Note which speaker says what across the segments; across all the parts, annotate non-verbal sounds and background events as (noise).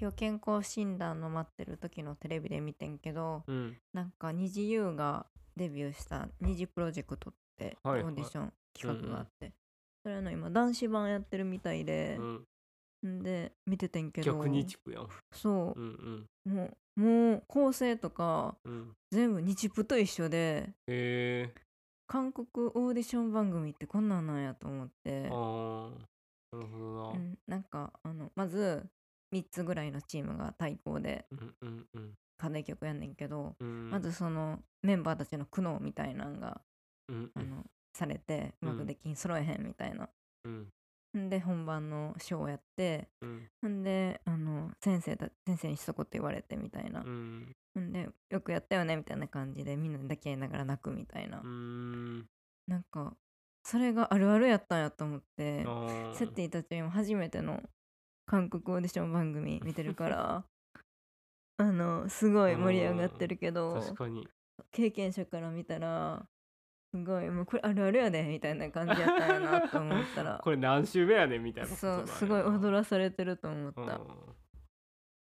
Speaker 1: 今日健康診断の待ってる時のテレビで見てんけど
Speaker 2: うん
Speaker 1: なんか二次優がデビューした二次プロジェクトってオ
Speaker 2: はい
Speaker 1: ーディション企画があって、それの今男子版やってるみたいで
Speaker 2: う、ん
Speaker 1: んで見ててんけど
Speaker 2: 逆にチップやん
Speaker 1: そうう、
Speaker 2: んうん
Speaker 1: もうもう構成とか
Speaker 2: うん
Speaker 1: 全部日プと一緒で
Speaker 2: へえ
Speaker 1: 韓国オーディション番組ってこんなんなんやと思って
Speaker 2: あ、ーなるほど
Speaker 1: う、
Speaker 2: なん
Speaker 1: なんかあのまず3つぐらいのチームが対抗で
Speaker 2: うんうんうん
Speaker 1: 課題曲やんねんけど、
Speaker 2: うん
Speaker 1: まずそのメンバーたちの苦悩みたいなんが
Speaker 2: うんう
Speaker 1: あ
Speaker 2: ん
Speaker 1: のされてうまくできん揃えへんみたいな。
Speaker 2: うん
Speaker 1: んで本番のショーをやって
Speaker 2: うん
Speaker 1: んであの先生た先生に一言言われてみたいな
Speaker 2: う、ん
Speaker 1: んでよくやったよねみたいな感じでみんなで抱き合いながら泣くみたいな、
Speaker 2: うん
Speaker 1: なんかそれがあるあるやったんやと思って
Speaker 2: あー
Speaker 1: セッティたちも初めての韓国オーディション番組見てるから
Speaker 2: (laughs)
Speaker 1: あのすごい盛り上がってるけど
Speaker 2: 確かに
Speaker 1: 経験者から見たらすごいもうこれあるあるやでみたいな感じやったんやなと思ったら
Speaker 2: (laughs) これ何週目やねんみたいなこと
Speaker 1: そうすごい踊
Speaker 2: ら
Speaker 1: らされてると思った、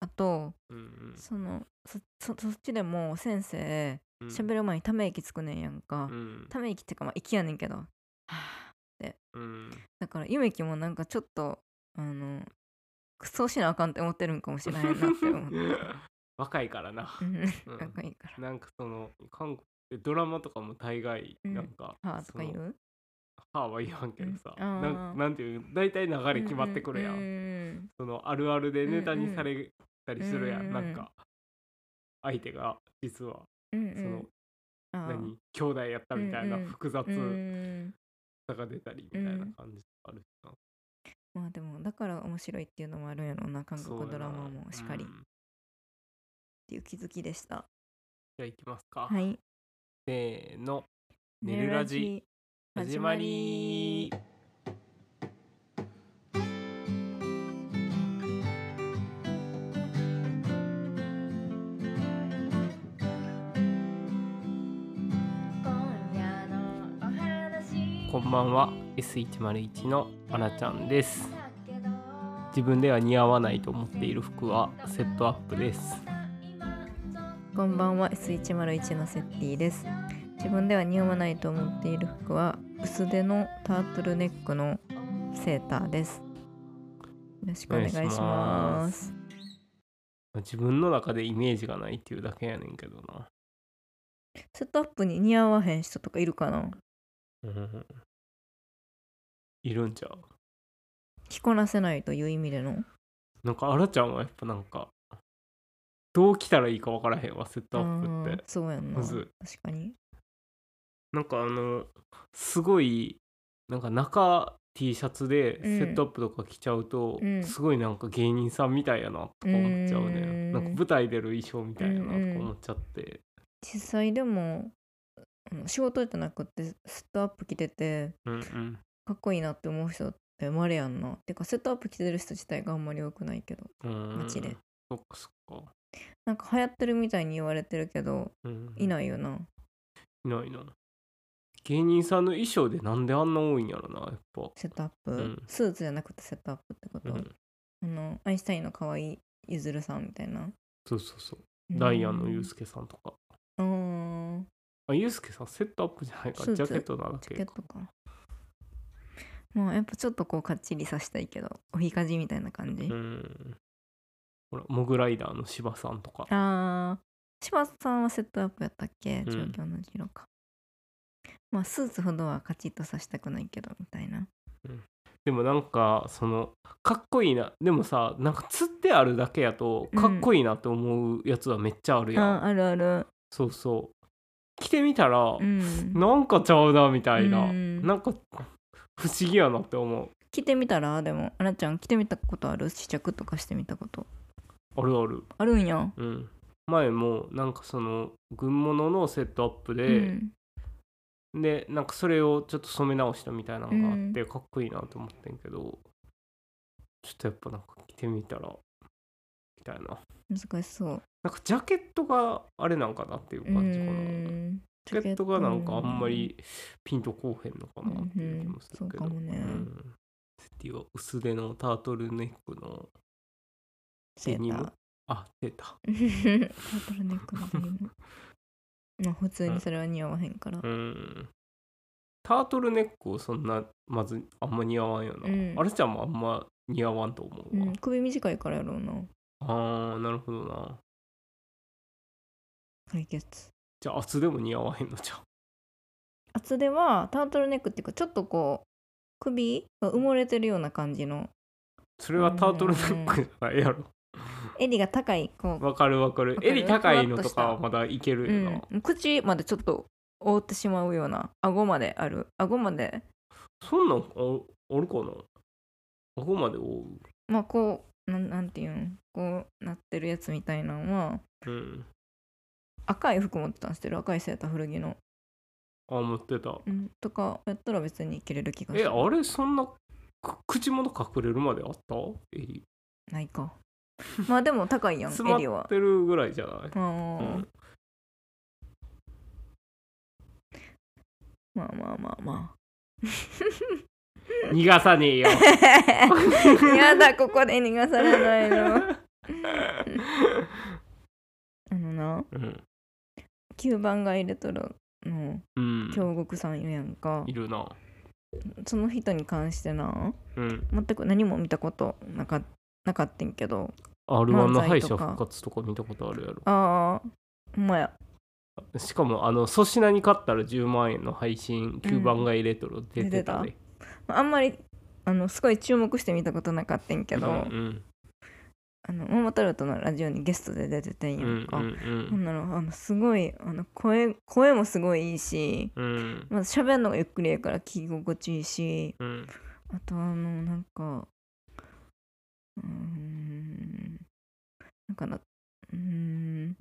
Speaker 1: あと
Speaker 2: うんうん
Speaker 1: そのそそそっちでも先生
Speaker 2: うん
Speaker 1: 喋る前にため息つくねんやんか、
Speaker 2: うん
Speaker 1: ため息ってかまあ息やねんけどはあ
Speaker 2: うん
Speaker 1: だからゆめきもなんかちょっとあのクソしなあかんって思ってるんかもしれへんなって思
Speaker 2: (laughs)
Speaker 1: った
Speaker 2: 若いからな
Speaker 1: うん
Speaker 2: うん
Speaker 1: 仲いいから
Speaker 2: なんかその韓国でドラマとかも大概
Speaker 1: うん
Speaker 2: なんか、
Speaker 1: はあとか言
Speaker 2: う
Speaker 1: う
Speaker 2: はあは言わんけどさ、
Speaker 1: うんあー
Speaker 2: なんなんていう大体流れ決まってくるやん、
Speaker 1: うん
Speaker 2: そのあるあるでネタ
Speaker 1: うんう
Speaker 2: に
Speaker 1: ん
Speaker 2: されたりするやん、
Speaker 1: うんうん
Speaker 2: なんか相手が実は
Speaker 1: うん
Speaker 2: その、
Speaker 1: あー
Speaker 2: 何兄弟やったみたいな
Speaker 1: うんうん
Speaker 2: 複雑
Speaker 1: うん
Speaker 2: さが出たりみたいな感じあるしな、
Speaker 1: まあでもだから面白いっていうのもあるんやろうな韓
Speaker 2: そうや
Speaker 1: 国
Speaker 2: な
Speaker 1: ドラマもしっかりっ
Speaker 2: うんじ
Speaker 1: ていう気づきでした、
Speaker 2: ゃあいきますか、
Speaker 1: はい
Speaker 2: せーの寝るラジ始まりこんばんは S101 のあらちゃんです自分では似合わないと思っている服はセットアップです
Speaker 1: こんばんは S101 のセッティです自分では似合わないと思っている服は薄手のタートルネックのセーターですよろしくお願いします
Speaker 2: お願いし自分の中でイメージがないっていうだけやねんけどな
Speaker 1: セットアップに似合わへん人とかいるかな
Speaker 2: うんいるんちゃう
Speaker 1: 着こなせないという意味での
Speaker 2: なんかあらちゃんはやっぱなんかどう来たらいいか分からへんわセットアップっ
Speaker 1: あー
Speaker 2: て
Speaker 1: そうやんな
Speaker 2: む
Speaker 1: 確
Speaker 2: ず
Speaker 1: かに
Speaker 2: なんかあのすごいなんか中 T シャツで
Speaker 1: うん
Speaker 2: セットアップとか着ちゃうと、
Speaker 1: うん
Speaker 2: すごいなんか芸人さんみたいやなとか思っちゃうね
Speaker 1: うん
Speaker 2: なんか舞台出る衣装みたいやなとか
Speaker 1: うんうん
Speaker 2: 思っちゃって
Speaker 1: 実際でもあの仕事じゃなくてセットアップ着てて
Speaker 2: うんうん
Speaker 1: かっこいいなって思う人ってまれやんなてかセットアップ着てる人自体があんまり多くないけど
Speaker 2: うん
Speaker 1: 街で
Speaker 2: そっかそっか、
Speaker 1: なんか流行ってるみたいに言われてるけど
Speaker 2: うん、
Speaker 1: いないよな、
Speaker 2: いないな芸人さんの衣装でなんであんな多いんやろなやっぱ
Speaker 1: セットアップ、
Speaker 2: ん
Speaker 1: スーツじゃなくてセットアップってこと、
Speaker 2: うん
Speaker 1: あのアインシュタインの可愛いゆずるさんみたいな、
Speaker 2: そうそうそう、ダイアンのユースケさんとか
Speaker 1: うーん
Speaker 2: あ、ゆうすけさん、セットアップじゃないか、
Speaker 1: ス
Speaker 2: ジ
Speaker 1: ーツ
Speaker 2: ャケットなだ
Speaker 1: ジャケ
Speaker 2: け
Speaker 1: ッ
Speaker 2: か。
Speaker 1: トかまあやっぱちょっとこうかっちりさしたいけどおひかじみたいな感じ、
Speaker 2: うん。ほら、モグライダーの芝さんとか。
Speaker 1: あー柴田さんはセットアップやったっけ
Speaker 2: うん
Speaker 1: 状況の色か、まあスーツほどはカチッとさしたくないけどみたいな
Speaker 2: でもなんか、その、かっこいいな。でもさ、なんか、釣ってあるだけやと、
Speaker 1: うん
Speaker 2: かっこいいなって思うやつはめっちゃあるやん。
Speaker 1: あーあるある
Speaker 2: そうそう。着てみたら、
Speaker 1: うん
Speaker 2: なんかちゃうな、みたいな。
Speaker 1: うん
Speaker 2: なんか、不思議やなって思
Speaker 1: 着てみたらでもあらちゃん着てみたことある試着とかしてみたこと
Speaker 2: う。あるある。
Speaker 1: あるんや
Speaker 2: うん。前も、なんかその、軍物のセットアップで、
Speaker 1: うん
Speaker 2: でなんかそれをちょっと染め直したみたいなのがあって、かっこいいなと思ってんけどちょっとやっぱなんか着てみたらみたいな
Speaker 1: 難しそう
Speaker 2: なんかジャケットがあれなんかなっていう感じかな
Speaker 1: うん
Speaker 2: ジャケットがなんかあんまりピンとこうへんのかなっていう気もするけど、
Speaker 1: うんうんそうかもね
Speaker 2: んセティは薄手のタートルネックの
Speaker 1: セ
Speaker 2: デニ
Speaker 1: ー
Speaker 2: ム
Speaker 1: タ
Speaker 2: あ出た
Speaker 1: ータートルネックのデニ
Speaker 2: (laughs)
Speaker 1: ムまあ普通にそれは似合わへんから、
Speaker 2: うんタートルネックをそんなまずあんま似合わんよな、
Speaker 1: うん
Speaker 2: あれちゃんもあんま似合わんと思
Speaker 1: う
Speaker 2: うわ、
Speaker 1: ん、首短いからやろうな
Speaker 2: あーなるほどな
Speaker 1: 解決
Speaker 2: じゃあ厚でも似合わへんのじゃ
Speaker 1: 厚手はタートルネックっていうかちょっとこう首が埋もれてるような感じの
Speaker 2: それはタートルネックじゃないやろ
Speaker 1: 襟が高いこう
Speaker 2: わかるわかる
Speaker 1: わかる
Speaker 2: 襟高いのとかはまだいけるよな、
Speaker 1: うん、口までちょっと覆ってしまうような顎まである顎まで
Speaker 2: そんなんおおるかなここまで覆
Speaker 1: まあこうなんなんていうんこうなってるやつみたいなのは
Speaker 2: ううん
Speaker 1: 赤い服持ってたんしてる赤いセーター古着の、
Speaker 2: あ持ってた
Speaker 1: うん、とかやったら別に着れる気がす
Speaker 2: え
Speaker 1: る
Speaker 2: あれそんなく口元隠れるまであった襟
Speaker 1: ないかまあでも高いやん
Speaker 2: 詰ま
Speaker 1: 襟は
Speaker 2: ってるぐらいじゃない
Speaker 1: あ
Speaker 2: う
Speaker 1: ー
Speaker 2: ん
Speaker 1: まあまあまあま
Speaker 2: 逃がさねえよ
Speaker 1: あ (laughs) やだここで逃がされないの (laughs) あのな
Speaker 2: うん、
Speaker 1: 吸盤が入れとるの
Speaker 2: うん、
Speaker 1: 京極さんいるやんか
Speaker 2: いるな
Speaker 1: その人に関してな
Speaker 2: うん
Speaker 1: 全く何も見たことなかなかったんけど
Speaker 2: R1 の敗
Speaker 1: 漫才
Speaker 2: 者
Speaker 1: とか
Speaker 2: 復活とか見たことあるやろ
Speaker 1: ああほんまや
Speaker 2: しかもあの粗品に勝ったら10万円の配信吸盤が入れとる出てた
Speaker 1: 出
Speaker 2: で、
Speaker 1: あんまりあのすごい注目して見たことなかったんけど、
Speaker 2: うん
Speaker 1: あの桃太郎とのラジオにゲストで出ててん
Speaker 2: うん
Speaker 1: や
Speaker 2: うん
Speaker 1: んか、ほ
Speaker 2: ん
Speaker 1: んならあのすごいあの声声もすごいいいし
Speaker 2: うんうん
Speaker 1: まず喋るのがゆっくりやから聞き心地いいし
Speaker 2: うん
Speaker 1: あとあのなんかうーんなんかなうーん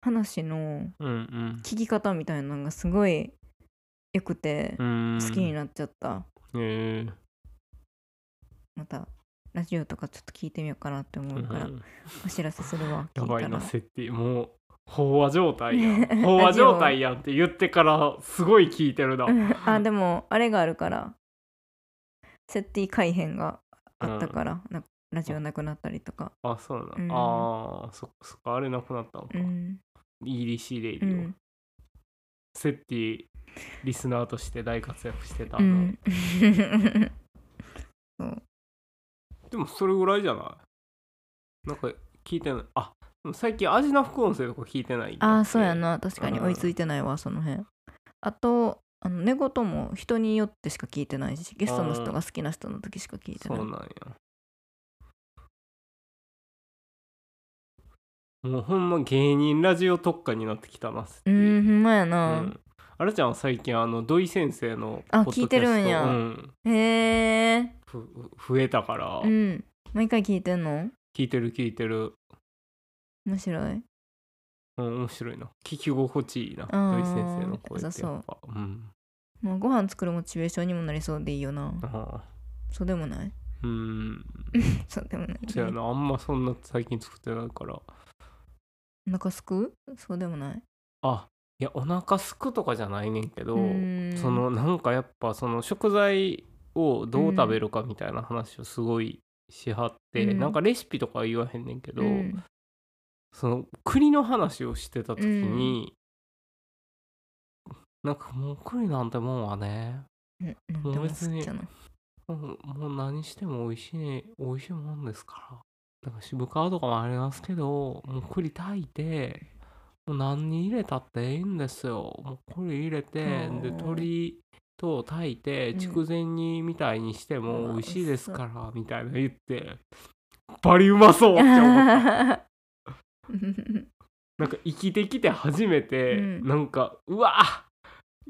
Speaker 1: 話の
Speaker 2: うん
Speaker 1: 聞き方みたいなのがすごい良くて
Speaker 2: うん
Speaker 1: 好きになっちゃった、
Speaker 2: へえ
Speaker 1: またラジオとかちょっと聞いてみようかなって思うから、
Speaker 2: うん
Speaker 1: お知らせするわ
Speaker 2: (laughs) やば
Speaker 1: 聞い
Speaker 2: い
Speaker 1: た
Speaker 2: な
Speaker 1: ら
Speaker 2: 設定もう飽和状態
Speaker 1: (laughs)
Speaker 2: やん飽和状態やんって言ってからすごい聞いてるな
Speaker 1: うん (laughs) あでもあれがあるからセッティ改変があったから、なラジオなくなったりとか
Speaker 2: あそうな、
Speaker 1: うん
Speaker 2: あーそっかそっかあれなくなったのか、
Speaker 1: うん、
Speaker 2: イギリシーレイデ
Speaker 1: う
Speaker 2: ィオ、
Speaker 1: ん
Speaker 2: セッティリスナーとして大活躍してた
Speaker 1: う
Speaker 2: の、
Speaker 1: (laughs) ん、そう
Speaker 2: でもそれぐらいじゃないなんか聞いてないあでも最近味な副音声とか聞いてないんだ
Speaker 1: ああそうやな確かに
Speaker 2: うん
Speaker 1: 追いついてないわ、その辺あとあの寝言も人によってしか聞いてないしゲストの人が好きな人の時しか聞いて
Speaker 2: そ
Speaker 1: な
Speaker 2: う
Speaker 1: い
Speaker 2: なんやもうほんま芸人ラジオ特化になってきたなセッテ
Speaker 1: う
Speaker 2: ィ
Speaker 1: んほんまや
Speaker 2: う
Speaker 1: な、
Speaker 2: んあれちゃんは最近あの土井先生の
Speaker 1: あ
Speaker 2: ポッドキャスト
Speaker 1: 聞いてるんや
Speaker 2: うん
Speaker 1: へえ
Speaker 2: ふふ増えたから、
Speaker 1: うん毎回聞いてんの
Speaker 2: 聞いてる聞いてる、
Speaker 1: 面白い
Speaker 2: うん、面白いな聞き心地いいな
Speaker 1: あー
Speaker 2: 土井先生の
Speaker 1: 良
Speaker 2: 声
Speaker 1: さ
Speaker 2: って
Speaker 1: そう
Speaker 2: やっぱうん
Speaker 1: まあご飯作るモチベーションにもなりそうでいいよな
Speaker 2: あー
Speaker 1: そうでもない
Speaker 2: うん
Speaker 1: そうでもない
Speaker 2: そうやなあんまそんな最近作ってないから
Speaker 1: お腹すくそうでもない
Speaker 2: あいやお腹すくとかじゃないねんけど
Speaker 1: うん
Speaker 2: そのなんかやっぱその食材をどう食べるかみたいな話をすごいしはって、
Speaker 1: うん
Speaker 2: なんかレシピとかは言わへんねんけど、
Speaker 1: うん
Speaker 2: その国の話をしてた時に、なんかもう栗なんてもんはね、
Speaker 1: うんなんでも
Speaker 2: 別
Speaker 1: 好
Speaker 2: に
Speaker 1: きやな
Speaker 2: うんもう何しても美味しい、美味しいもんですから。なんか渋皮とかもありますけど、もう栗炊いて、もう何に入れたっていいんですよ。もう栗入れて、
Speaker 1: うん
Speaker 2: で、鶏と炊いて、
Speaker 1: うん
Speaker 2: 筑前煮みたいにして
Speaker 1: うわ
Speaker 2: も美味しいです
Speaker 1: 美味しそう
Speaker 2: から、みたいな言って、バリうまそうって思
Speaker 1: (laughs)
Speaker 2: った。なんか生きてきて初めて、
Speaker 1: うん
Speaker 2: なんかうわ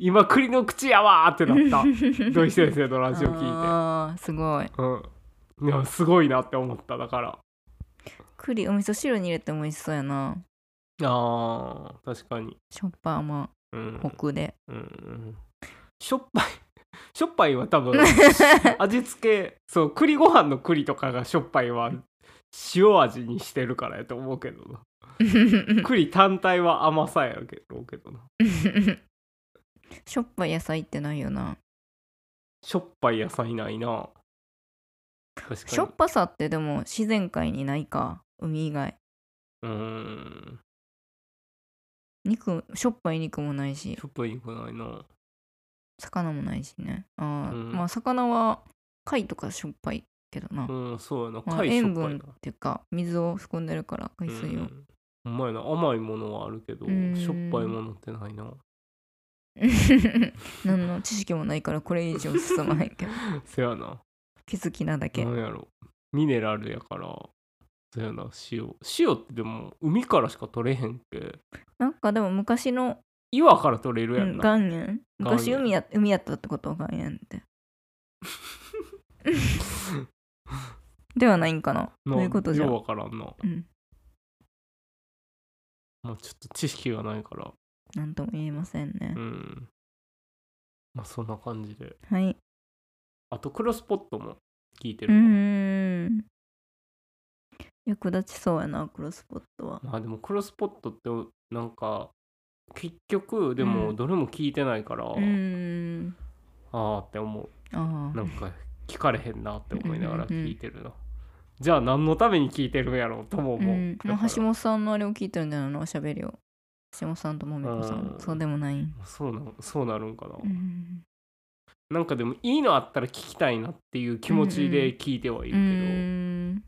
Speaker 2: 今栗の口やわーっ
Speaker 1: (laughs)
Speaker 2: てなった土井先生のラジオ聞い
Speaker 1: あーすごい
Speaker 2: て、うん、いやすごいなって思っただから
Speaker 1: 栗お味噌汁に入れても美味しそうやな
Speaker 2: あー確かに、
Speaker 1: しょっぱ甘
Speaker 2: うん
Speaker 1: コク
Speaker 2: (laughs)
Speaker 1: で
Speaker 2: うんうん、しょっぱい (laughs) しょっぱいは多
Speaker 1: (laughs)
Speaker 2: 分味付けそう栗ご飯の栗とかがしょっぱいは塩味にしてるからやと思うけどな栗単体は甘さやけどけどな
Speaker 1: しょっぱい野菜ってないよな
Speaker 2: しょっぱい野菜ないな確かに
Speaker 1: しょっぱさってでも自然界にないか海以外
Speaker 2: うーん
Speaker 1: 肉しょっぱい肉もないし
Speaker 2: しょっぱいくないな
Speaker 1: 魚もないしねあー、
Speaker 2: うん
Speaker 1: まあ魚は貝とかしょっぱいけどな、
Speaker 2: うんそうやな
Speaker 1: まあ、
Speaker 2: 貝しょ
Speaker 1: 塩
Speaker 2: っぱ
Speaker 1: 分
Speaker 2: いな
Speaker 1: っていうか水を含んでるから海水を、
Speaker 2: うんうまいな甘いものはあるけど
Speaker 1: うーん
Speaker 2: しょっぱいものってないな
Speaker 1: (laughs) 何の知識もないからこれ以上進まへんけど
Speaker 2: せやな
Speaker 1: 気づきなだけ
Speaker 2: なんやろミネラルやからせやな塩塩ってでも海からしか取れへんけ
Speaker 1: なんかでも昔の
Speaker 2: 岩から取れるや
Speaker 1: うんん
Speaker 2: な、
Speaker 1: 岩塩昔海や海やったってことは岩塩
Speaker 2: (laughs)
Speaker 1: って。ではないんかな。
Speaker 2: な
Speaker 1: どういうことじゃ。
Speaker 2: ようわからんな、
Speaker 1: うん。
Speaker 2: まあ、ちょっと知識がないから
Speaker 1: なんとも言えませんね
Speaker 2: う。んまあそんな感じで
Speaker 1: はい。
Speaker 2: あとクロスポットも聞いて
Speaker 1: う
Speaker 2: るわ
Speaker 1: ーん。役立ちそうやな、クロスポットは。
Speaker 2: まあでもクロスポットってなんか結局でも
Speaker 1: うん
Speaker 2: どれも聞いてないから、
Speaker 1: うーん。
Speaker 2: ああって思
Speaker 1: あ
Speaker 2: う
Speaker 1: あ
Speaker 2: な。んか聞かれへんなって思いながら聞いてるな、じゃあ何のために聞いてるんやろうとも
Speaker 1: う
Speaker 2: 思う、
Speaker 1: ん、
Speaker 2: だ
Speaker 1: ま
Speaker 2: から
Speaker 1: あ橋本さんのあれを聞いてるんだよな、おしゃべりを。橋本さんともみこさん
Speaker 2: う、ん
Speaker 1: そうでもないん。
Speaker 2: そうなのそうなるんかな、
Speaker 1: うん。
Speaker 2: なんかでもいいのあったら聞きたいなっていう気持ちで聞いては
Speaker 1: う
Speaker 2: いるけど、
Speaker 1: ーん。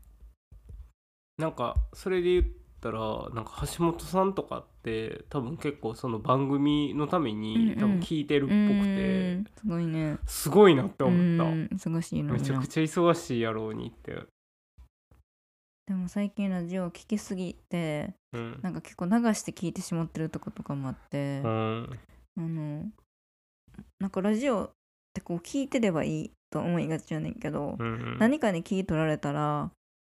Speaker 2: なんかそれで言ったらなんか橋本さんとかって多分結構その番組のため
Speaker 1: うんう
Speaker 2: に
Speaker 1: ん
Speaker 2: 多分聞いてるっ
Speaker 1: う
Speaker 2: ぽくて、
Speaker 1: ーんすごいね。
Speaker 2: すごいなって
Speaker 1: う
Speaker 2: 思った、
Speaker 1: ん忙しいの
Speaker 2: め
Speaker 1: に
Speaker 2: ちゃ
Speaker 1: な
Speaker 2: くちゃ忙しいやろうにって、
Speaker 1: でも最近ラジオを聞きすぎて
Speaker 2: うん
Speaker 1: なんか結構流して聞いてしまってるとことかもあって、
Speaker 2: う
Speaker 1: あ
Speaker 2: ん、
Speaker 1: のなんかラジオってこう聞いてればいいと思いがちやねんけど、
Speaker 2: うん
Speaker 1: 何かに聞い取られたら、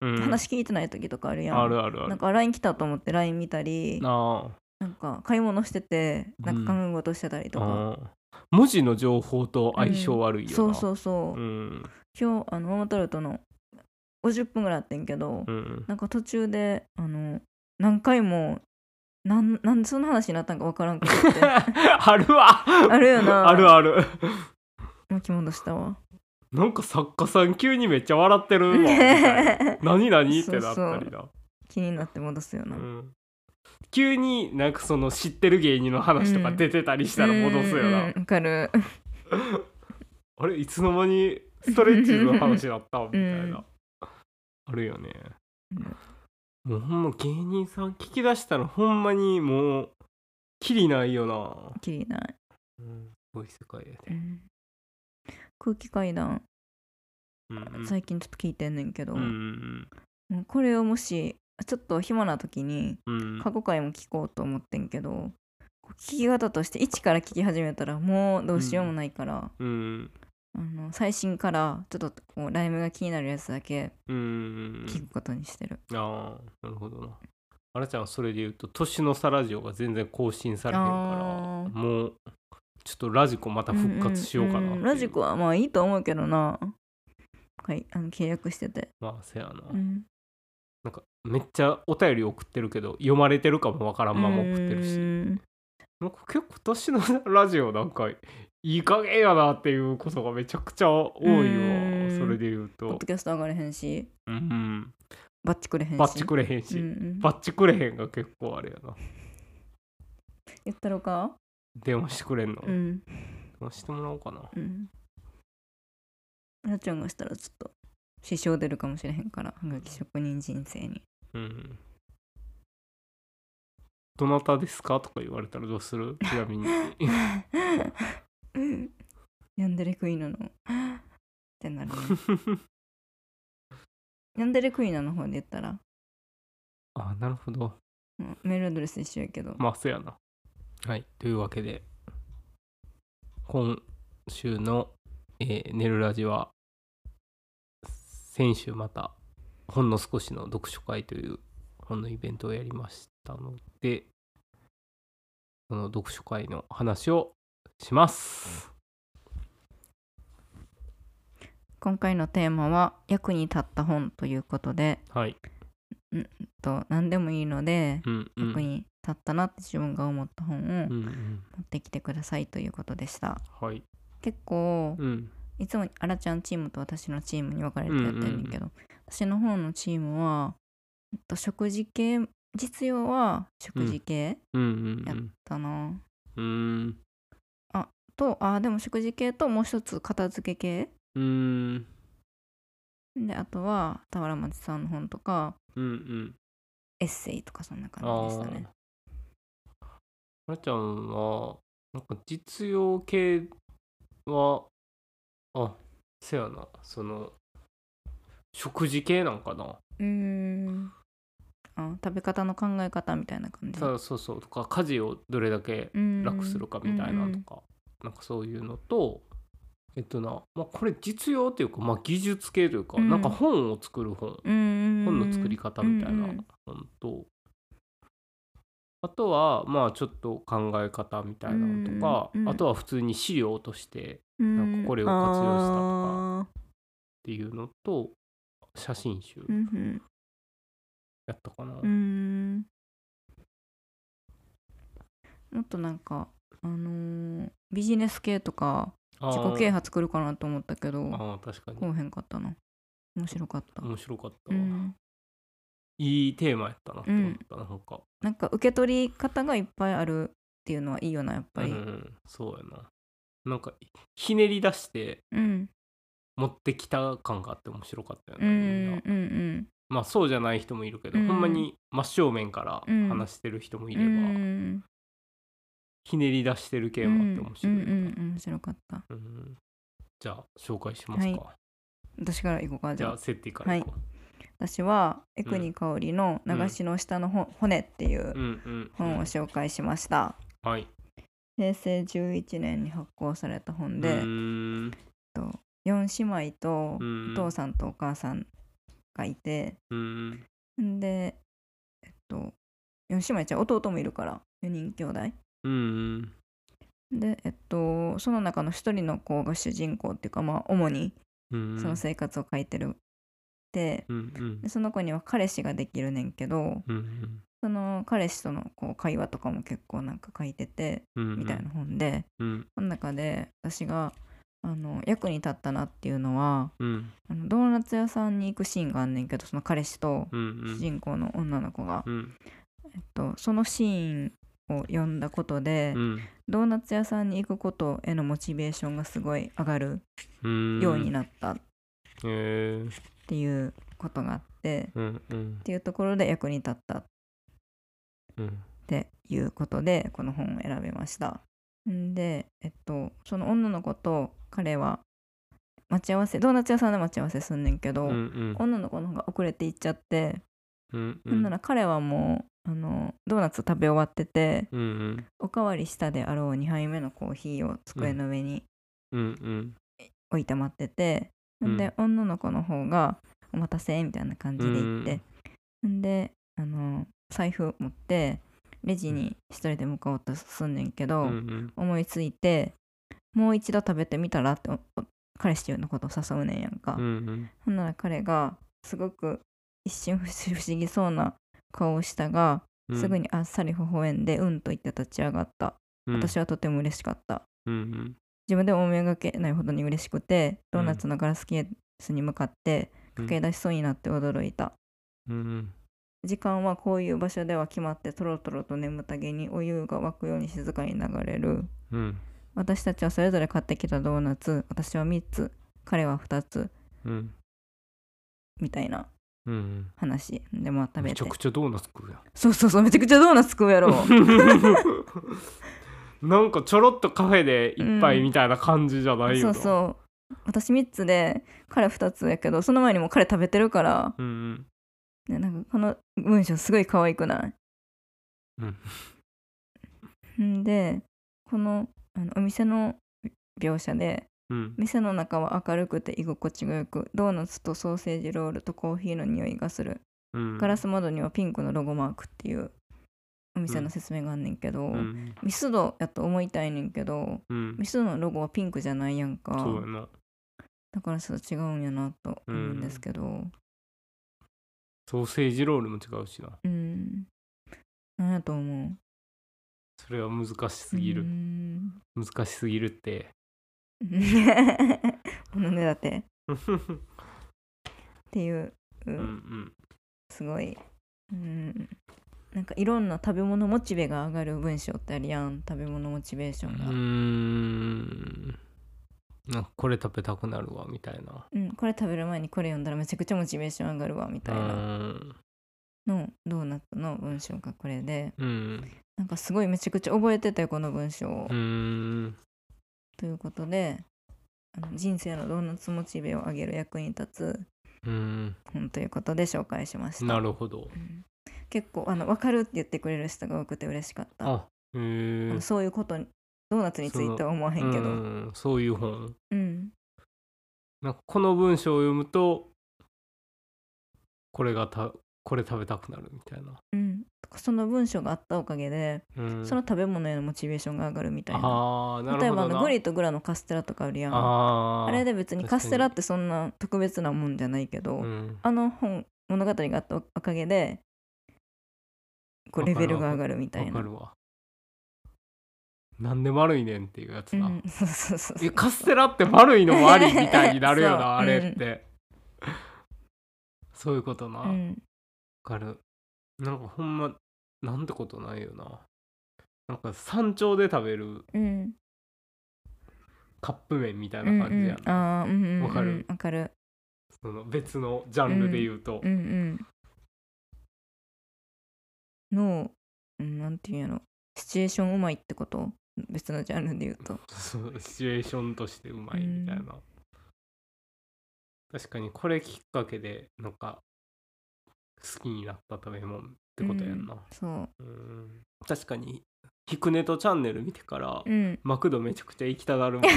Speaker 2: うん
Speaker 1: 話聞いてない時とかあるやん
Speaker 2: あるある
Speaker 1: な
Speaker 2: あ
Speaker 1: ん
Speaker 2: る
Speaker 1: か LINE 来たと思って LINE 見たり
Speaker 2: あ
Speaker 1: なんか買い物しててなんか考え事してたり
Speaker 2: あ
Speaker 1: とか、
Speaker 2: あ文字の情報と相性悪いよな、
Speaker 1: そうそうそう、
Speaker 2: うん
Speaker 1: 今日あのママタルトの50分ぐらいあってんけど、
Speaker 2: うん
Speaker 1: なんか途中であの何回もなんなんでその話になったんかわからんくなって
Speaker 2: (laughs) (laughs) あるわ
Speaker 1: あるよな
Speaker 2: あるある
Speaker 1: 巻き戻したわ
Speaker 2: なんか作家さん急にめっちゃ笑ってるわみたいな何何ってなったりな
Speaker 1: (laughs) 気になって戻すよな、
Speaker 2: うん急になんかその知ってる芸人の話とか出てたりしたら戻すよな、
Speaker 1: うんうんわかる (laughs)
Speaker 2: あれいつの間にストレッチーズの話だったみたいな、
Speaker 1: (laughs) うん
Speaker 2: あるよね
Speaker 1: うん
Speaker 2: もうほんま芸人さん聞き出したらほんまにもうきりないよな、
Speaker 1: きりない、
Speaker 2: うん、すごい世界や
Speaker 1: う
Speaker 2: で、
Speaker 1: ん空気階段
Speaker 2: うんうん
Speaker 1: 最近ちょっと聞いてんねんけど、
Speaker 2: うん
Speaker 1: もうこれをもしちょっと暇な時に
Speaker 2: うんうん
Speaker 1: 過去回も聞こうと思ってんけど、こう聞き方として一から聞き始めたらもうどうしようもないから、
Speaker 2: うん
Speaker 1: あの最新からちょっとこうライムが気になるやつだけ
Speaker 2: うんうん
Speaker 1: 聞くことにしてる、
Speaker 2: ああなるほどなあらちゃんはそれで言うと年の差ラジオが全然更新されへん
Speaker 1: あ
Speaker 2: から
Speaker 1: ー
Speaker 2: もうちょっとラジコまた復活しようかなっていう
Speaker 1: うんうんラジコはまあいいと思うけどなはいあの契約してて、
Speaker 2: まあせやな、
Speaker 1: うん、
Speaker 2: なんかめっちゃお便り送ってるけど読まれてるかもわからんまま送ってるし、
Speaker 1: うん
Speaker 2: なんか結構年のラジオなんかいい加減やなっていうことがめちゃくちゃ多い
Speaker 1: う
Speaker 2: わ、
Speaker 1: ん
Speaker 2: それで言う
Speaker 1: ポッ
Speaker 2: と
Speaker 1: ド、キャスト上がれへんし
Speaker 2: うんうん、
Speaker 1: バッチくれへんし
Speaker 2: バッチくれへんし、
Speaker 1: うんうん
Speaker 2: バッチくれへんが結構あれやな
Speaker 1: 言ったろか
Speaker 2: 電話してくれんの、
Speaker 1: う
Speaker 2: 電
Speaker 1: ん
Speaker 2: 話してもらおうかな
Speaker 1: うんなっちゃんがしたらちょっと支障出るかもしれへんからはがき職人人生に
Speaker 2: うんどなたですかとか言われたらどうするちなみに
Speaker 1: (laughs) ヤンデレクイナのってなるねヤンデレクイナの方で言ったら、
Speaker 2: あなるほど
Speaker 1: うんメールアドレス一緒やけど
Speaker 2: まあそうやな。はい。というわけで、今週の、えー、寝るラジは、先週また、ほんの少しの読書会という本のイベントをやりましたので、その読書会の話をします。
Speaker 1: 今回のテーマは「役に立った本」ということで、
Speaker 2: はい。
Speaker 1: えっと、何でもいいので、
Speaker 2: うんうん。
Speaker 1: 役に立ったなって自分が思った本を
Speaker 2: うんう
Speaker 1: 持
Speaker 2: ん。
Speaker 1: ってきてくださいということでした、
Speaker 2: はい。
Speaker 1: 結構
Speaker 2: うん。
Speaker 1: いつもあらちゃんチームと私のチームに分かれてやってるんだけど、私の方のチームはえっと食事系実用は食事系
Speaker 2: うん
Speaker 1: やだな、
Speaker 2: うんうん
Speaker 1: とあでも食事系ともう一つ片付け系
Speaker 2: うんうん
Speaker 1: であとは田原町さんの本とか
Speaker 2: うんうん
Speaker 1: エッセイとかそんな
Speaker 2: あ
Speaker 1: 感じでしたね
Speaker 2: ーまなちゃんはなんか実用系はあせやなその食事系なんかな
Speaker 1: うーんあ食べ方の考え方みたいな感じ
Speaker 2: さそうそうとか家事をどれだけ楽
Speaker 1: 楽
Speaker 2: するかみたいなとか、なんかそういうのとえっとな、まあ、これ実用というか、まあ、技術系というか、
Speaker 1: うん
Speaker 2: なんか本を作る本、
Speaker 1: 本
Speaker 2: 本の作り方みたいな本とあとはまあちょっと考え方みたいなのとか、
Speaker 1: うんうん
Speaker 2: あとは普通に資料としてっ
Speaker 1: なん
Speaker 2: かこれを活用したとかていうのと写真集
Speaker 1: うん
Speaker 2: やったかな。
Speaker 1: うんうんもっとなんかあのービジネス系とか
Speaker 2: あ
Speaker 1: 自
Speaker 2: ー
Speaker 1: 己啓発来るかなと思ったけど
Speaker 2: あー確かに
Speaker 1: こうへんかったな面白かった、
Speaker 2: 面白かった
Speaker 1: う
Speaker 2: わ、
Speaker 1: ん、
Speaker 2: いいテーマやったなって思った、なんか
Speaker 1: なんか受け取り方がいっぱいあるっていうのはいいよなやっぱり
Speaker 2: うんうん、そうやななんかひねり出して
Speaker 1: うん
Speaker 2: 持ってきた感があって面白かったよ
Speaker 1: う
Speaker 2: ね、みんなん
Speaker 1: うん
Speaker 2: まあそうじゃない人もいるけど、
Speaker 1: うん
Speaker 2: ほんまに真正面から
Speaker 1: うん
Speaker 2: 話してる人もい
Speaker 1: うん
Speaker 2: れば、
Speaker 1: うん
Speaker 2: ひねり出してる系もあって面白いよ
Speaker 1: うん
Speaker 2: ね、
Speaker 1: うんうん面白かった
Speaker 2: うんじゃあ紹介しますか、
Speaker 1: はい私から行こうか
Speaker 2: じ
Speaker 1: じゃ
Speaker 2: ゃ
Speaker 1: あ
Speaker 2: あセッティからいこ
Speaker 1: 私は江国香織の「流しの下のほ、骨」っていう
Speaker 2: う、うんうん
Speaker 1: 本を紹介しました、
Speaker 2: はい
Speaker 1: 平成11年に発行された本
Speaker 2: う
Speaker 1: で、
Speaker 2: ーん
Speaker 1: と4姉妹と
Speaker 2: うん
Speaker 1: お父さんとお母さんがいて、
Speaker 2: うん
Speaker 1: ん、でえっと4姉妹ちゃん弟もいるから4人兄弟
Speaker 2: うん
Speaker 1: でえっとその中の1人の子が主人公っていうかまあ主に
Speaker 2: うん
Speaker 1: その生活を書いてるで
Speaker 2: うんうん
Speaker 1: でその子には彼氏ができるねんけど
Speaker 2: うん
Speaker 1: その彼氏とのこう会話とかも結構なんか書いてて
Speaker 2: うん
Speaker 1: みたいな本で、
Speaker 2: うん
Speaker 1: その中で私があの役に立ったなっていうのは
Speaker 2: うん
Speaker 1: あのドーナツ屋さんに行くシーンがあんねんけどその彼氏と
Speaker 2: うん
Speaker 1: 主人公の女の子が、
Speaker 2: うん
Speaker 1: えっと、そのシーンを読んだことで、
Speaker 2: うん
Speaker 1: ドーナツ屋さんに行くことへのモチベーションがすごい上がる
Speaker 2: うん
Speaker 1: ようになったっ
Speaker 2: へー
Speaker 1: ていうことがあって、っ
Speaker 2: うんうん
Speaker 1: ていうところで役に立ったっ
Speaker 2: うん
Speaker 1: っていうことでこの本を選びました。んで、えっと、その女の子と彼は待ち合わせドーナツ屋さんで待ち合わせすんねんけど、
Speaker 2: うんうん
Speaker 1: 女の子の方が遅れて行っちゃって、
Speaker 2: うんう
Speaker 1: ほん
Speaker 2: ん
Speaker 1: なら彼はもうあのドーナツ食べ終わってて
Speaker 2: うんうん
Speaker 1: おかわりしたであろう2杯目のコーヒーを机の上に
Speaker 2: うんうん
Speaker 1: 置いて待ってて、ほんで女の子の方が「お待たせ」みたいな感じで行って、ん、であの財布持ってレジに一人で向かおうとすんねんけど、
Speaker 2: うん
Speaker 1: 思いついてもう一度食べてみたらっておお彼氏のことを誘うねんやんか、
Speaker 2: うん
Speaker 1: ほんなら彼がすごく一瞬不思不思議そうな顔をしたが、
Speaker 2: うん
Speaker 1: すぐにあっさり微笑んで「うん」と言って立ち上がった
Speaker 2: うん
Speaker 1: 私はとても嬉しかった、
Speaker 2: うん
Speaker 1: 自分でも思いがけないほどに嬉しくてドーナツのガラスケースに向かって
Speaker 2: うん
Speaker 1: 駆け出しそうになって驚いた、
Speaker 2: うん
Speaker 1: 時間はこういう場所では決まってとろとろと眠たげにお湯が沸くように静かに流れる
Speaker 2: うん
Speaker 1: 私たちはそれぞれ買ってきたドーナツ私は3つ彼は2つ
Speaker 2: うん
Speaker 1: みたいな
Speaker 2: うん
Speaker 1: 話でまあ食べ
Speaker 2: め
Speaker 1: て
Speaker 2: ちゃくちゃドーナツ食うやん
Speaker 1: そうそうそうめちゃくちゃドーナツ食うやろ
Speaker 2: (laughs) なんかちょろっとカフェで一杯みたいな感じじゃないよ
Speaker 1: そ
Speaker 2: な
Speaker 1: うそう私3つで彼2つやけどその前にもう彼食べてるから、
Speaker 2: うん
Speaker 1: ね、なんかこの文章すごい可愛くないんでこのあのお店の描写で
Speaker 2: うん
Speaker 1: 店の中は明るくて居心地がよくドーナツとソーセージロールとコーヒーの匂いがする
Speaker 2: うん
Speaker 1: ガラス窓にはピンクのロゴマークっていうお店の説明があんねんけど、
Speaker 2: うん
Speaker 1: ミスドやと思いたいねんけど
Speaker 2: うん
Speaker 1: ミスドのロゴはピンクじゃないやん
Speaker 2: そ
Speaker 1: か
Speaker 2: うやな
Speaker 1: だからちょっと違うんやなと思うんですけどうん、
Speaker 2: ソーセージロールも違うしな
Speaker 1: なんやと思う
Speaker 2: それは難しすぎ
Speaker 1: うー
Speaker 2: る
Speaker 1: ん (laughs)
Speaker 2: 難しすぎるって
Speaker 1: なんでだってっ
Speaker 2: うん
Speaker 1: ていう、う
Speaker 2: うんん
Speaker 1: すごいうんなんかいろんな食べ物モチベが上がる文章ってあるやん食べ物モチベーシ
Speaker 2: う
Speaker 1: ョンが、
Speaker 2: ーんなんかこれ食べたくなるわみたいな
Speaker 1: うん、これ食べる前にこれ読んだらめちゃくちゃモチベーション上がるわみたいうな
Speaker 2: ーん
Speaker 1: のドーナツの文章がこれで
Speaker 2: うん
Speaker 1: なんかすごいめちゃくちゃ覚えてたよこの文章を
Speaker 2: うーん
Speaker 1: ということであの人生のドーナツモチベを上げる役に立つ
Speaker 2: うん
Speaker 1: 本ということで紹介しました
Speaker 2: なるほど
Speaker 1: うん結構あの分かるって言ってくれる人が多くて嬉しかった
Speaker 2: あへえ
Speaker 1: あのそういうことにドーナツについては思わへんけど
Speaker 2: うんそういう本
Speaker 1: うん
Speaker 2: なんかこの文章を読むとこれがたこれ食べたくなるみたいな、
Speaker 1: うんその文章があったおかげで、
Speaker 2: うん、
Speaker 1: その食べ物へのモチベーションが上がるみたいな
Speaker 2: ああなるほどな
Speaker 1: 例えばあのグリとグラのカステラとかあるやんあ
Speaker 2: あー
Speaker 1: れで別にカステラってそんな特別なもんじゃないけど、
Speaker 2: うん
Speaker 1: あの本物語があったおかげでこうレベルが上がるみたい
Speaker 2: わ
Speaker 1: な
Speaker 2: かるわなんで丸いねんっていうやつな、
Speaker 1: うん、 (laughs) そうそうそうそう
Speaker 2: えカステラって丸いのもありみたいになるよ
Speaker 1: そう
Speaker 2: なあれって、そういうことな、
Speaker 1: う
Speaker 2: わ
Speaker 1: ん
Speaker 2: かるなんかほんまなんてことないよななんか山頂で食べる
Speaker 1: うん
Speaker 2: カップ麺みたい
Speaker 1: うんう
Speaker 2: な感じや
Speaker 1: ん
Speaker 2: な、
Speaker 1: ああうんうんうん
Speaker 2: わかる
Speaker 1: わかる
Speaker 2: その別のジャンルで言うと、
Speaker 1: うんうんのうんなんていうんやろシチュエーションうまいってこと別のジャンルで言うと
Speaker 2: そのシチュエーションとしてうまいみたいな、
Speaker 1: うん
Speaker 2: 確かにこれきっかけでなんか好きになった食べ物ってことやんな、
Speaker 1: そう
Speaker 2: うん確かに「ひくねとチャンネル」見てから、 (laughs)
Speaker 1: うん
Speaker 2: マクドめちゃくちゃ行きたがるもんな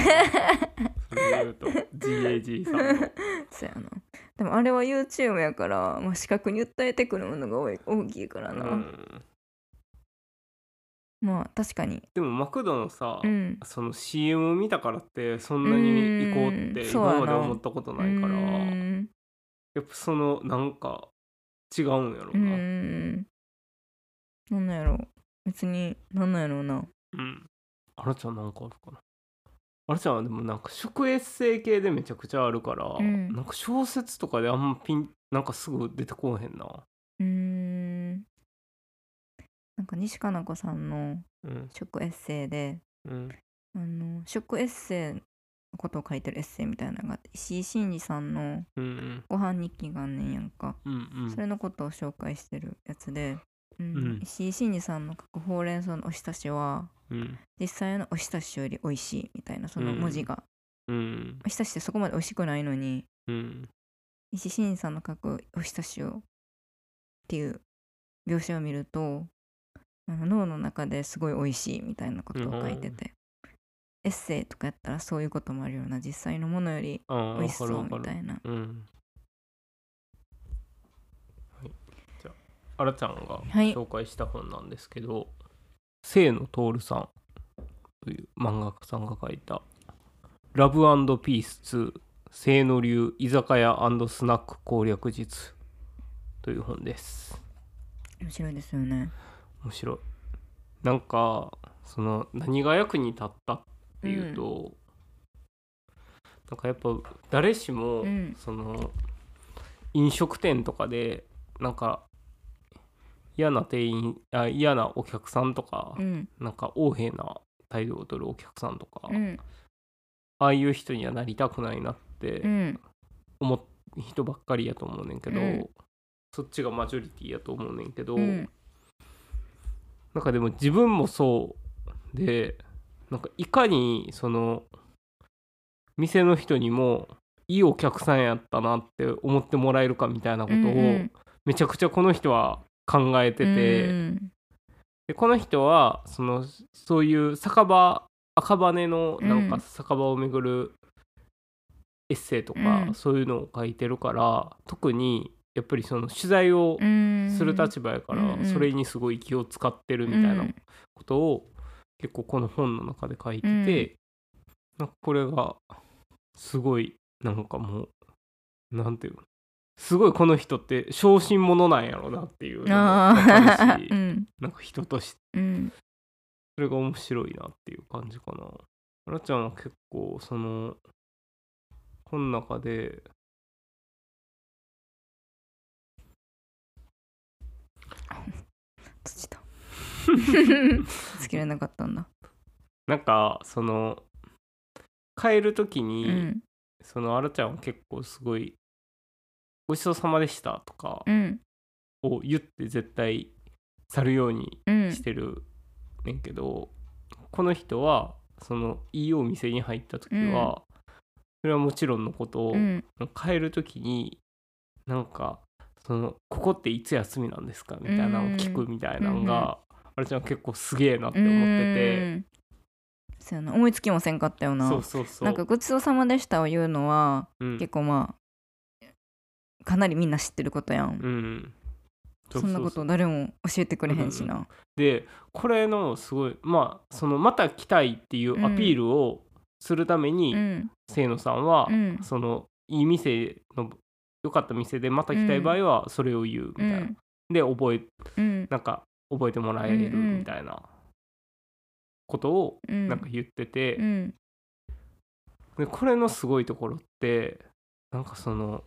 Speaker 2: それ言う
Speaker 1: (laughs)
Speaker 2: と GAG さんの
Speaker 1: そうやなでもあれは YouTube やから、まあ、視覚に訴えてくるものが多い大きいからな、
Speaker 2: うん
Speaker 1: まあ確かに
Speaker 2: でもマクドのさ、
Speaker 1: うん
Speaker 2: その CM 見たからってそんなに行こうっ
Speaker 1: う
Speaker 2: て
Speaker 1: んそうやな
Speaker 2: 今まで思ったことないから、
Speaker 1: うん
Speaker 2: やっぱそのなんか違うんやろ
Speaker 1: う
Speaker 2: な、
Speaker 1: んなんなんやろ別になんなんやろうな
Speaker 2: うん。あらちゃんなんかあるかなあらちゃんはでもなんか食エッセイ系でめちゃくちゃあるから、
Speaker 1: ん
Speaker 2: なんか小説とかであんまピンなんかすぐ出てこうへんな。
Speaker 1: うーんなんか西加奈子さんの
Speaker 2: うん
Speaker 1: 食エッセイで
Speaker 2: うん
Speaker 1: あの食エッセイのことを書いてるエッセイみたいなのがあって石井真二さんの
Speaker 2: うんうん
Speaker 1: 「ご飯日記」があんねんやんか
Speaker 2: うんうん
Speaker 1: それのことを紹介してるやつで、うん
Speaker 2: うん
Speaker 1: 石井真二さんの書くほうれん草のおひたしは
Speaker 2: うん
Speaker 1: 実際のおひたしより美味しいみたいなその文字が、
Speaker 2: うん
Speaker 1: おひたしってそこまで美味しくないのに
Speaker 2: うん
Speaker 1: 石井真二さんの書くおひたしをっていう描写を見るとあの脳の中ですごい美味しいみたいなことを書いてて、エッセイとかやったらそういうこともあるような実際のものより
Speaker 2: ああ
Speaker 1: 美味しそうみ
Speaker 2: わか
Speaker 1: た
Speaker 2: る
Speaker 1: いな
Speaker 2: うんはいじゃああらちゃんが
Speaker 1: はい
Speaker 2: 紹介した本なんですけど清野徹さんという漫画家さんが書いた「ラブピース2清野流居酒屋スナック攻略術」という本です
Speaker 1: 面白いですよね。
Speaker 2: 面白いなんかその何が役に立ったっていうと、なんかやっぱ誰しも、
Speaker 1: うん
Speaker 2: その飲食店とかでなんか嫌な店員あ嫌なお客さんとか、
Speaker 1: うん
Speaker 2: なんか横柄な態度を取るお客さんとか、
Speaker 1: うん
Speaker 2: ああいう人にはなりたくないなっ
Speaker 1: う
Speaker 2: て
Speaker 1: ん
Speaker 2: 思っ人ばっかりやと思うねんけど、
Speaker 1: うん
Speaker 2: そっちがマジョリティやと思うねんけど、
Speaker 1: うん
Speaker 2: なんかでも自分もそうでなんかいかにその店の人にもいいお客さんやったなって思ってもらえるかみたいなことを、
Speaker 1: うんうん
Speaker 2: めちゃくちゃこの人は考えてて、
Speaker 1: うん
Speaker 2: でこの人はそのそういう酒場赤羽のなん
Speaker 1: うん
Speaker 2: か酒場を巡るエッセイとか、
Speaker 1: うん
Speaker 2: そういうのを書いてるから特にやっぱりその取材を
Speaker 1: うん
Speaker 2: する立場やから、
Speaker 1: うんうん
Speaker 2: それにすごい気を使ってるみたいなことを結構この本の中で書いてて、なんかこれがすごいなんかもうなんていうのすごいこの人って小心者なんやろなっていうのも分か
Speaker 1: ああ
Speaker 2: る
Speaker 1: (laughs)
Speaker 2: し、
Speaker 1: うん
Speaker 2: なんか人として
Speaker 1: うん
Speaker 2: それが面白いなっていう感じかな。あらちゃんは結構その本の中で (laughs)
Speaker 1: つけれなかったんだ
Speaker 2: なんかその帰る時
Speaker 1: う
Speaker 2: に、
Speaker 1: ん
Speaker 2: そのあらちゃんは結構すごい「ごちそうさまでした」とか
Speaker 1: うん
Speaker 2: を言って絶対去るように
Speaker 1: うん
Speaker 2: してるねんけど、この人はそのいいお店に入った時は、それはもちろんのことを、
Speaker 1: うん
Speaker 2: 帰る時になんかその「ここっていつ休みなんですか?」みたいなのを聞くみたいなのが、あれちゃん結構すげえなって思っ
Speaker 1: う
Speaker 2: てて、
Speaker 1: んそうやな思いつきもせんかったよな
Speaker 2: そうそうそう
Speaker 1: なんか「ごちそうさまでした」を言うのは
Speaker 2: うん
Speaker 1: 結構まあかなりみんな知ってることやん、
Speaker 2: うんううう
Speaker 1: そんなこと誰も教えてくれへんしな、
Speaker 2: でこれのすごいまあそのまた来たいっていうアピールをするために、
Speaker 1: うん
Speaker 2: 清野さんは、
Speaker 1: うん
Speaker 2: そのいい店の良かった店でまた来たい場合はそれを言うみ
Speaker 1: う
Speaker 2: たいな、
Speaker 1: ん
Speaker 2: で覚え
Speaker 1: うん
Speaker 2: なんか覚えてもらえるみたいなことを
Speaker 1: うん
Speaker 2: なんか言ってて、
Speaker 1: うん
Speaker 2: でこれのすごいところってなんかその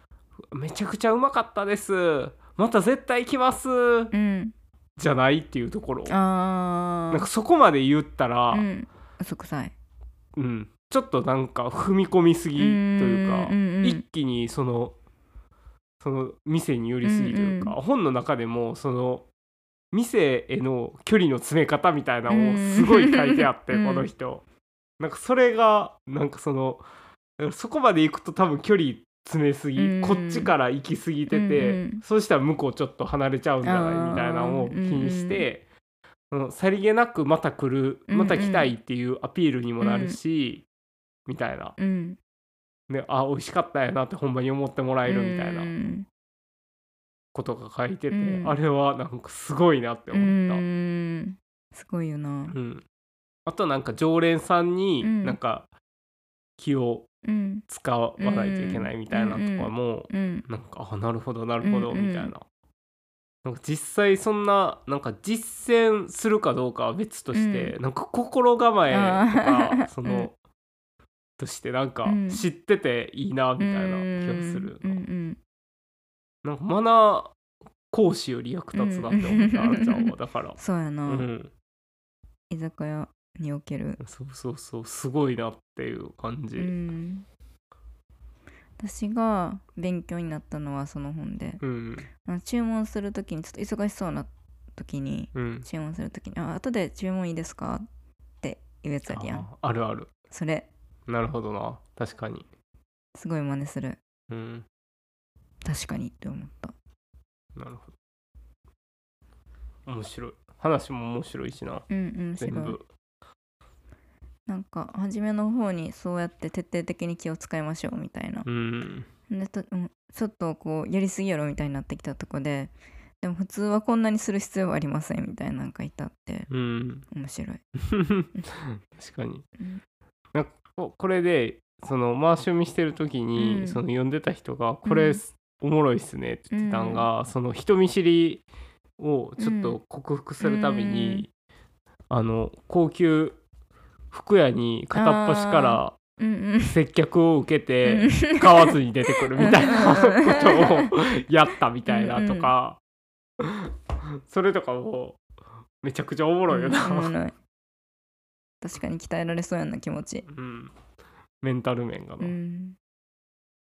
Speaker 2: 「めちゃくちゃうまかったですまた絶対来ます」
Speaker 1: うん
Speaker 2: じゃないっていうところ
Speaker 1: あー
Speaker 2: なんかそこまで言ったら、
Speaker 1: うん嘘くさい
Speaker 2: うん、ちょっとなんか踏み込みすぎというか、
Speaker 1: うんうんうん
Speaker 2: 一気にそのその店に寄りすぎというか、
Speaker 1: うん
Speaker 2: 本の中でもその店への距離の詰め方みたいなの
Speaker 1: う
Speaker 2: を
Speaker 1: ん
Speaker 2: すごい書いてあっ
Speaker 1: (laughs)
Speaker 2: て、
Speaker 1: うん
Speaker 2: この人。なんかそれがなんかそのそこまで行くと多分距離詰めすぎ、
Speaker 1: うん
Speaker 2: こっちから行き過ぎてて、
Speaker 1: うんうん
Speaker 2: そうしたら向こうちょっと離れちゃうんじゃないみたいなのを気にして、そのさりげなくまた来る
Speaker 1: うんうん
Speaker 2: また来たいっていうアピールにもなるし、みたいな
Speaker 1: うん
Speaker 2: であ美味しかったんやなってほんまに思ってもらえるみたいな
Speaker 1: うん
Speaker 2: ことが書いてて、
Speaker 1: うん
Speaker 2: あれはなんかすごいなって思った。
Speaker 1: うんすごいよな
Speaker 2: うんあとなんか常連さんに
Speaker 1: うん
Speaker 2: なんか気を
Speaker 1: うん
Speaker 2: 使わないといけないみたいなとかも、
Speaker 1: うん
Speaker 2: なんかあなるほどなるほど
Speaker 1: うんうん
Speaker 2: みたいな,、なんか実際そんななんか実践するかどうかは別として、なんか心構えと
Speaker 1: あー
Speaker 2: かその、
Speaker 1: (laughs) うん
Speaker 2: としてなんか
Speaker 1: うん
Speaker 2: 知ってていいなみたいな気がする、
Speaker 1: うんうん
Speaker 2: なんかマナー講師より役立つなって思った、
Speaker 1: うん
Speaker 2: あるちゃんはだから、
Speaker 1: そうやな、
Speaker 2: うん、
Speaker 1: 居酒屋における
Speaker 2: そうそうそうすごいなっていう感じ、
Speaker 1: う
Speaker 2: うん
Speaker 1: ん私が勉強になったのはその本で
Speaker 2: うん
Speaker 1: あの注文するときにちょっと忙しそうな時に
Speaker 2: うん、
Speaker 1: 注文するときに「あ後で注文いいですか?」って言うやつあるやん
Speaker 2: ああるある
Speaker 1: それ
Speaker 2: なるほどな確かに、
Speaker 1: すごい真似する
Speaker 2: うん、
Speaker 1: 確かにって思った
Speaker 2: なるほど。面白い。話も面白いしな。
Speaker 1: うんうん面
Speaker 2: 全
Speaker 1: 白い
Speaker 2: 部。
Speaker 1: なんか初めの方にそうやって徹底的に気を使いましょうみたいな
Speaker 2: うん。
Speaker 1: でとうんちょっとこうやりすぎやろみたいになってきたとこででも普通はこんなにする必要はありませんみたいななんかいたって
Speaker 2: うん。
Speaker 1: 面白い
Speaker 2: (laughs) 確かに
Speaker 1: うん。
Speaker 2: なんかここれで、その回し読みしてる時に、
Speaker 1: うん
Speaker 2: その読んでた人が、
Speaker 1: うん
Speaker 2: これ、おもろいっすねって言ってたんが、その人見知りをちょっと克服するために、あの、高級服屋に片っ端から
Speaker 1: うんうん
Speaker 2: 接客を受けて、
Speaker 1: うん
Speaker 2: 買わずに出てくるみたいな
Speaker 1: うん
Speaker 2: ことをやったみたいなとか、それとかもめちゃくちゃおもろいよな、
Speaker 1: うんおもろい確かに鍛えられそうやな気持ち
Speaker 2: うん、メンタル面が
Speaker 1: う
Speaker 2: な、
Speaker 1: ん、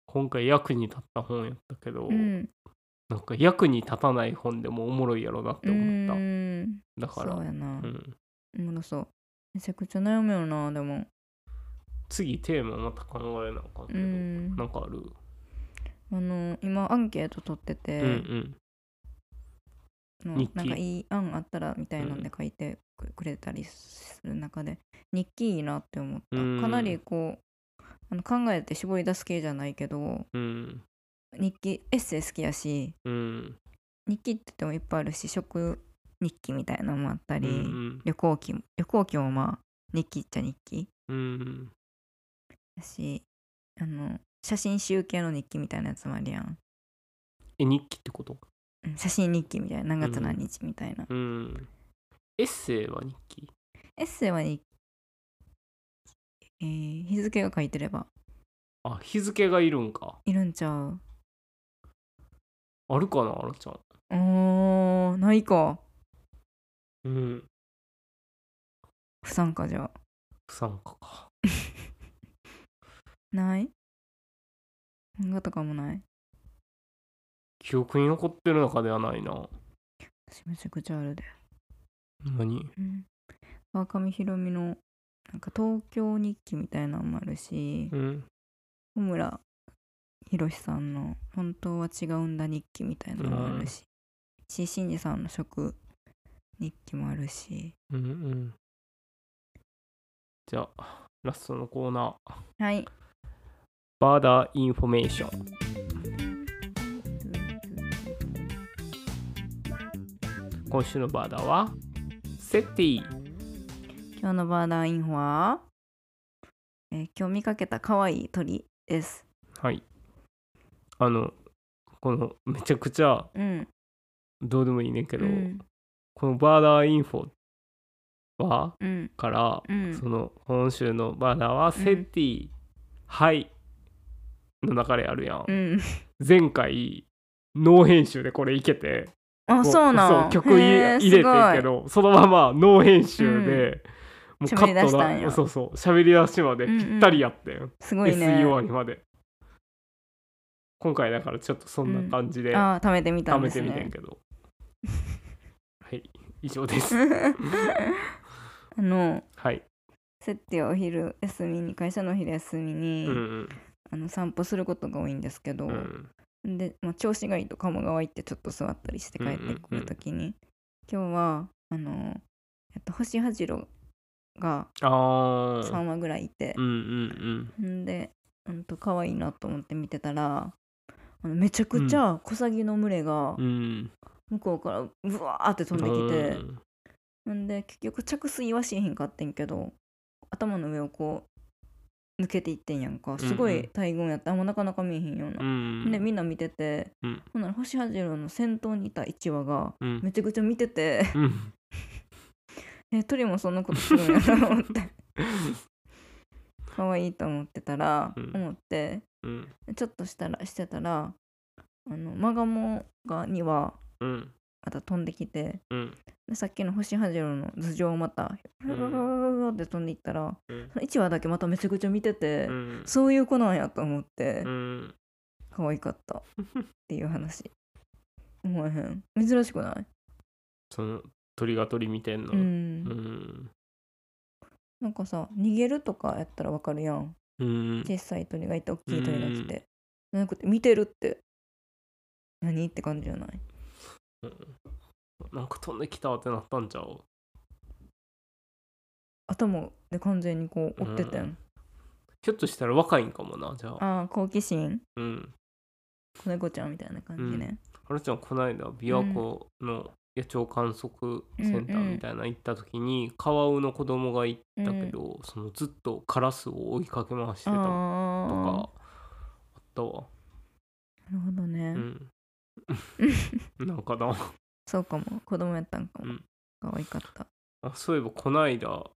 Speaker 2: 今回役に立った本やったけど、
Speaker 1: うん、
Speaker 2: なんか役に立たない本でもおもろいやろなって思
Speaker 1: う
Speaker 2: っ
Speaker 1: ん
Speaker 2: ただか
Speaker 1: そう
Speaker 2: ら、
Speaker 1: やな
Speaker 2: うん、
Speaker 1: おもろそうめちゃくちゃ悩むよなでも
Speaker 2: 次テーマまた考えなあかんけ
Speaker 1: う
Speaker 2: ど、
Speaker 1: ん
Speaker 2: なんかある、
Speaker 1: あの今アンケート取ってて、
Speaker 2: うん
Speaker 1: の
Speaker 2: 日記
Speaker 1: なんかいい案あったらみたいなんで書いてくくれたりする中で、日記いいなって思った、
Speaker 2: うん
Speaker 1: かなりこうあの考えて絞り出す系じゃないけど
Speaker 2: うんうん
Speaker 1: 日記エッセイ好きやし
Speaker 2: うん
Speaker 1: 日記って言ってもいっぱいあるし食日記みたいなのもあったり、
Speaker 2: うん
Speaker 1: 旅行記も旅行記もまあ日記っちゃ日記
Speaker 2: うん
Speaker 1: だしあの写真集系の日記みたいなやつもあるやん、
Speaker 2: え日記ってこと
Speaker 1: うん写真日記みたいな何月何日みたいな、
Speaker 2: うんエッセイは日記
Speaker 1: エッセイは日記えー日付が書いてれば
Speaker 2: あ日付がいるんか
Speaker 1: いるんちゃう
Speaker 2: あるかなあらちゃん
Speaker 1: おーないか
Speaker 2: うん
Speaker 1: 不参加じゃ
Speaker 2: 不参加か
Speaker 1: ない漫画とかもない
Speaker 2: 記憶に残ってる中ではないな
Speaker 1: 私めちゃくちゃあるで
Speaker 2: 何
Speaker 1: うん川上弘美のなんか東京日記みたいなのもあるし
Speaker 2: うん
Speaker 1: 小村博さんの「本当は違うんだ日記」みたいなのもあるし石井真二さんの「食日記」もあるし
Speaker 2: うんうんじゃあラストのコーナー
Speaker 1: はい
Speaker 2: バーダーインフォメーション今週のバーダーはセッティ
Speaker 1: 今日のバーダーインフォは、えー今日見かけた可愛い鳥です
Speaker 2: はいあのこのめちゃくちゃ
Speaker 1: うん
Speaker 2: どうでもいいねんけ
Speaker 1: う
Speaker 2: ど、
Speaker 1: ん
Speaker 2: このバーダーインフォは
Speaker 1: うん
Speaker 2: から、
Speaker 1: うん
Speaker 2: その今週のバーダーはセッティ、はいの流れあるやん、
Speaker 1: うん
Speaker 2: 前回ノー編集でこれいけて
Speaker 1: あ
Speaker 2: こ
Speaker 1: そうなん
Speaker 2: そう曲入
Speaker 1: へ
Speaker 2: れ
Speaker 1: ー
Speaker 2: 入れてんけ
Speaker 1: す
Speaker 2: どそのままノー編集で、もうカ
Speaker 1: 喋り出
Speaker 2: ッ
Speaker 1: し
Speaker 2: ト
Speaker 1: たんや
Speaker 2: なそうそう喋り出しまで
Speaker 1: うんうん
Speaker 2: ぴったりやってん、
Speaker 1: すごい
Speaker 2: SE 終
Speaker 1: ね
Speaker 2: わりまで今回だからちょっとそんな感じで貯
Speaker 1: あー貯めてみたん
Speaker 2: め
Speaker 1: です
Speaker 2: てみてん
Speaker 1: ね
Speaker 2: けど、はい以上です
Speaker 1: あの
Speaker 2: はい、
Speaker 1: セッティはお昼休みに会社のお昼休みに、
Speaker 2: うん
Speaker 1: あの散歩することが多いんですけど、
Speaker 2: うんうん
Speaker 1: で、まあ、調子がいいと鴨川行ってちょっと座ったりして帰ってくるときに、今日はあの、えっと、星八郎が
Speaker 2: ああ
Speaker 1: 3話ぐらいいて
Speaker 2: うん、うん
Speaker 1: んで、うん、と可愛いなと思って見てたらあのめちゃくちゃ小サギの群れが
Speaker 2: うんうん
Speaker 1: 向こうからブワーって飛んできて、んで結局着水はしへんかってんけど頭の上をこう抜けていってんやんかすご
Speaker 2: うんう
Speaker 1: い
Speaker 2: ん
Speaker 1: 大群やったあんまなかなか見えへんよう
Speaker 2: う
Speaker 1: な、
Speaker 2: ん
Speaker 1: でみんな見てて、
Speaker 2: うん
Speaker 1: ほんなら星八郎の先頭にいた1羽が
Speaker 2: うん
Speaker 1: めちゃくちゃ見てて (laughs)
Speaker 2: うん
Speaker 1: え鳥もそんなことするんやなと思って
Speaker 2: (laughs)
Speaker 1: 可愛いと思ってたら、
Speaker 2: うん
Speaker 1: 思って
Speaker 2: うん
Speaker 1: ちょっとしたらしてたらあのマガモが2羽
Speaker 2: うん
Speaker 1: また飛んできて
Speaker 2: うん
Speaker 1: でさっきの星八郎の頭上をまたふわふわふわふわって飛んでいったら、
Speaker 2: うん
Speaker 1: その1話だけまためちゃくちゃ見てて、
Speaker 2: うん
Speaker 1: そういう子なんやと思って、
Speaker 2: うん
Speaker 1: 可愛かったっていう話思わへん珍しくない
Speaker 2: その鳥が鳥見てんの
Speaker 1: うん、
Speaker 2: うん
Speaker 1: なんかさ逃げるとかやったらわかるやん
Speaker 2: うん
Speaker 1: 小さい鳥がいて大きい鳥が来て、じゃなくて見てるって何って感じじゃない
Speaker 2: なんか飛んできたってなったんちゃう
Speaker 1: 頭で完全にこう追っててん、
Speaker 2: うんひょっとしたら若いんかもなじゃあ
Speaker 1: ああ好奇心
Speaker 2: うん
Speaker 1: 子猫ちゃんみたいな感じね、
Speaker 2: あれちゃんこないだ琵琶湖の野鳥観測センターみたいなの行った時にカワウの子供がいたけど、そのずっとカラスを追いかけ回してたと
Speaker 1: あ
Speaker 2: か
Speaker 1: あ
Speaker 2: あったわ
Speaker 1: なるほどね、
Speaker 2: うん、なん (laughs) かな
Speaker 1: そうかも子供やったんかも、
Speaker 2: うん
Speaker 1: 可愛かった
Speaker 2: あそういえばこないだ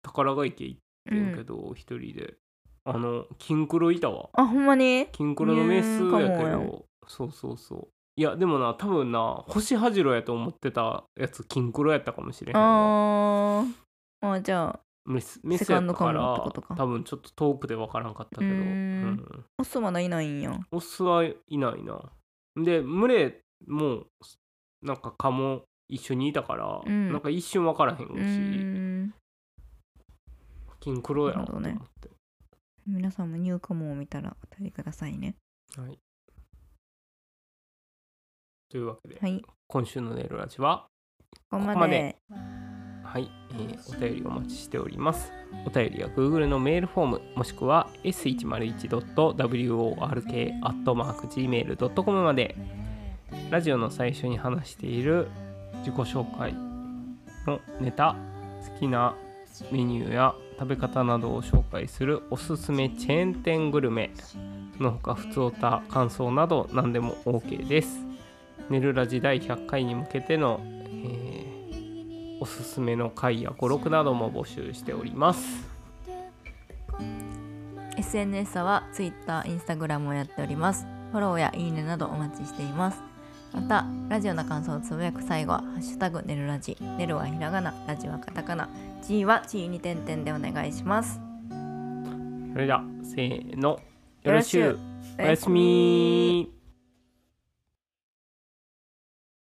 Speaker 2: 宝ヶ池行ってんけど一、人であの金黒いたわ
Speaker 1: あほんまに
Speaker 2: 金黒のメスやけ
Speaker 1: ねえかも
Speaker 2: どそうそうそういやでもな多分な星八郎やと思ってたやつ金黒やったかもしれへんわ
Speaker 1: あーあじゃあ
Speaker 2: メスメ
Speaker 1: セ
Speaker 2: ス
Speaker 1: カ
Speaker 2: や
Speaker 1: ン
Speaker 2: っ
Speaker 1: ド
Speaker 2: た
Speaker 1: かも
Speaker 2: から
Speaker 1: ってことか
Speaker 2: 多分ちょっと遠くで分からんかったけど
Speaker 1: う
Speaker 2: う
Speaker 1: ーん
Speaker 2: ん
Speaker 1: オスまだいないんや
Speaker 2: オスはいないなで群れもなんか蚊も一緒にいたから、
Speaker 1: うん
Speaker 2: なんか一瞬分からへんし、
Speaker 1: うーん
Speaker 2: 金黒やな
Speaker 1: なる
Speaker 2: と
Speaker 1: ほ
Speaker 2: 思
Speaker 1: ど
Speaker 2: って、
Speaker 1: ね皆さんもニューカモを見たらお便りくださいね
Speaker 2: はいというわけで、
Speaker 1: はい
Speaker 2: 今週の「ネイルラジは」
Speaker 1: ここまで
Speaker 2: ここまではい、えーお便りお待ちしております。お便りは Google のメールフォームもしくは s101.work.gmail.com までラジオの最初に話している自己紹介のネタ好きなメニューや食べ方などを紹介するおすすめチェーン店グルメその他普通おた感想など何でも OK です。ネルラジ第100回に向けての、えーおすすめの回や語録なども募集しております。
Speaker 1: SNS は Twitter、Instagram をやっておりますフォローやいいねなどお待ちしていますまたラジオの感想をつぶやく最後は「ハッシュタグねるラジ」ねるはひらがなラジはカタカナ G は地位に点々でお願いします
Speaker 2: それではせーの
Speaker 1: よろ
Speaker 2: よろ
Speaker 1: し
Speaker 2: し
Speaker 1: ゅう
Speaker 2: ゅうおやすみ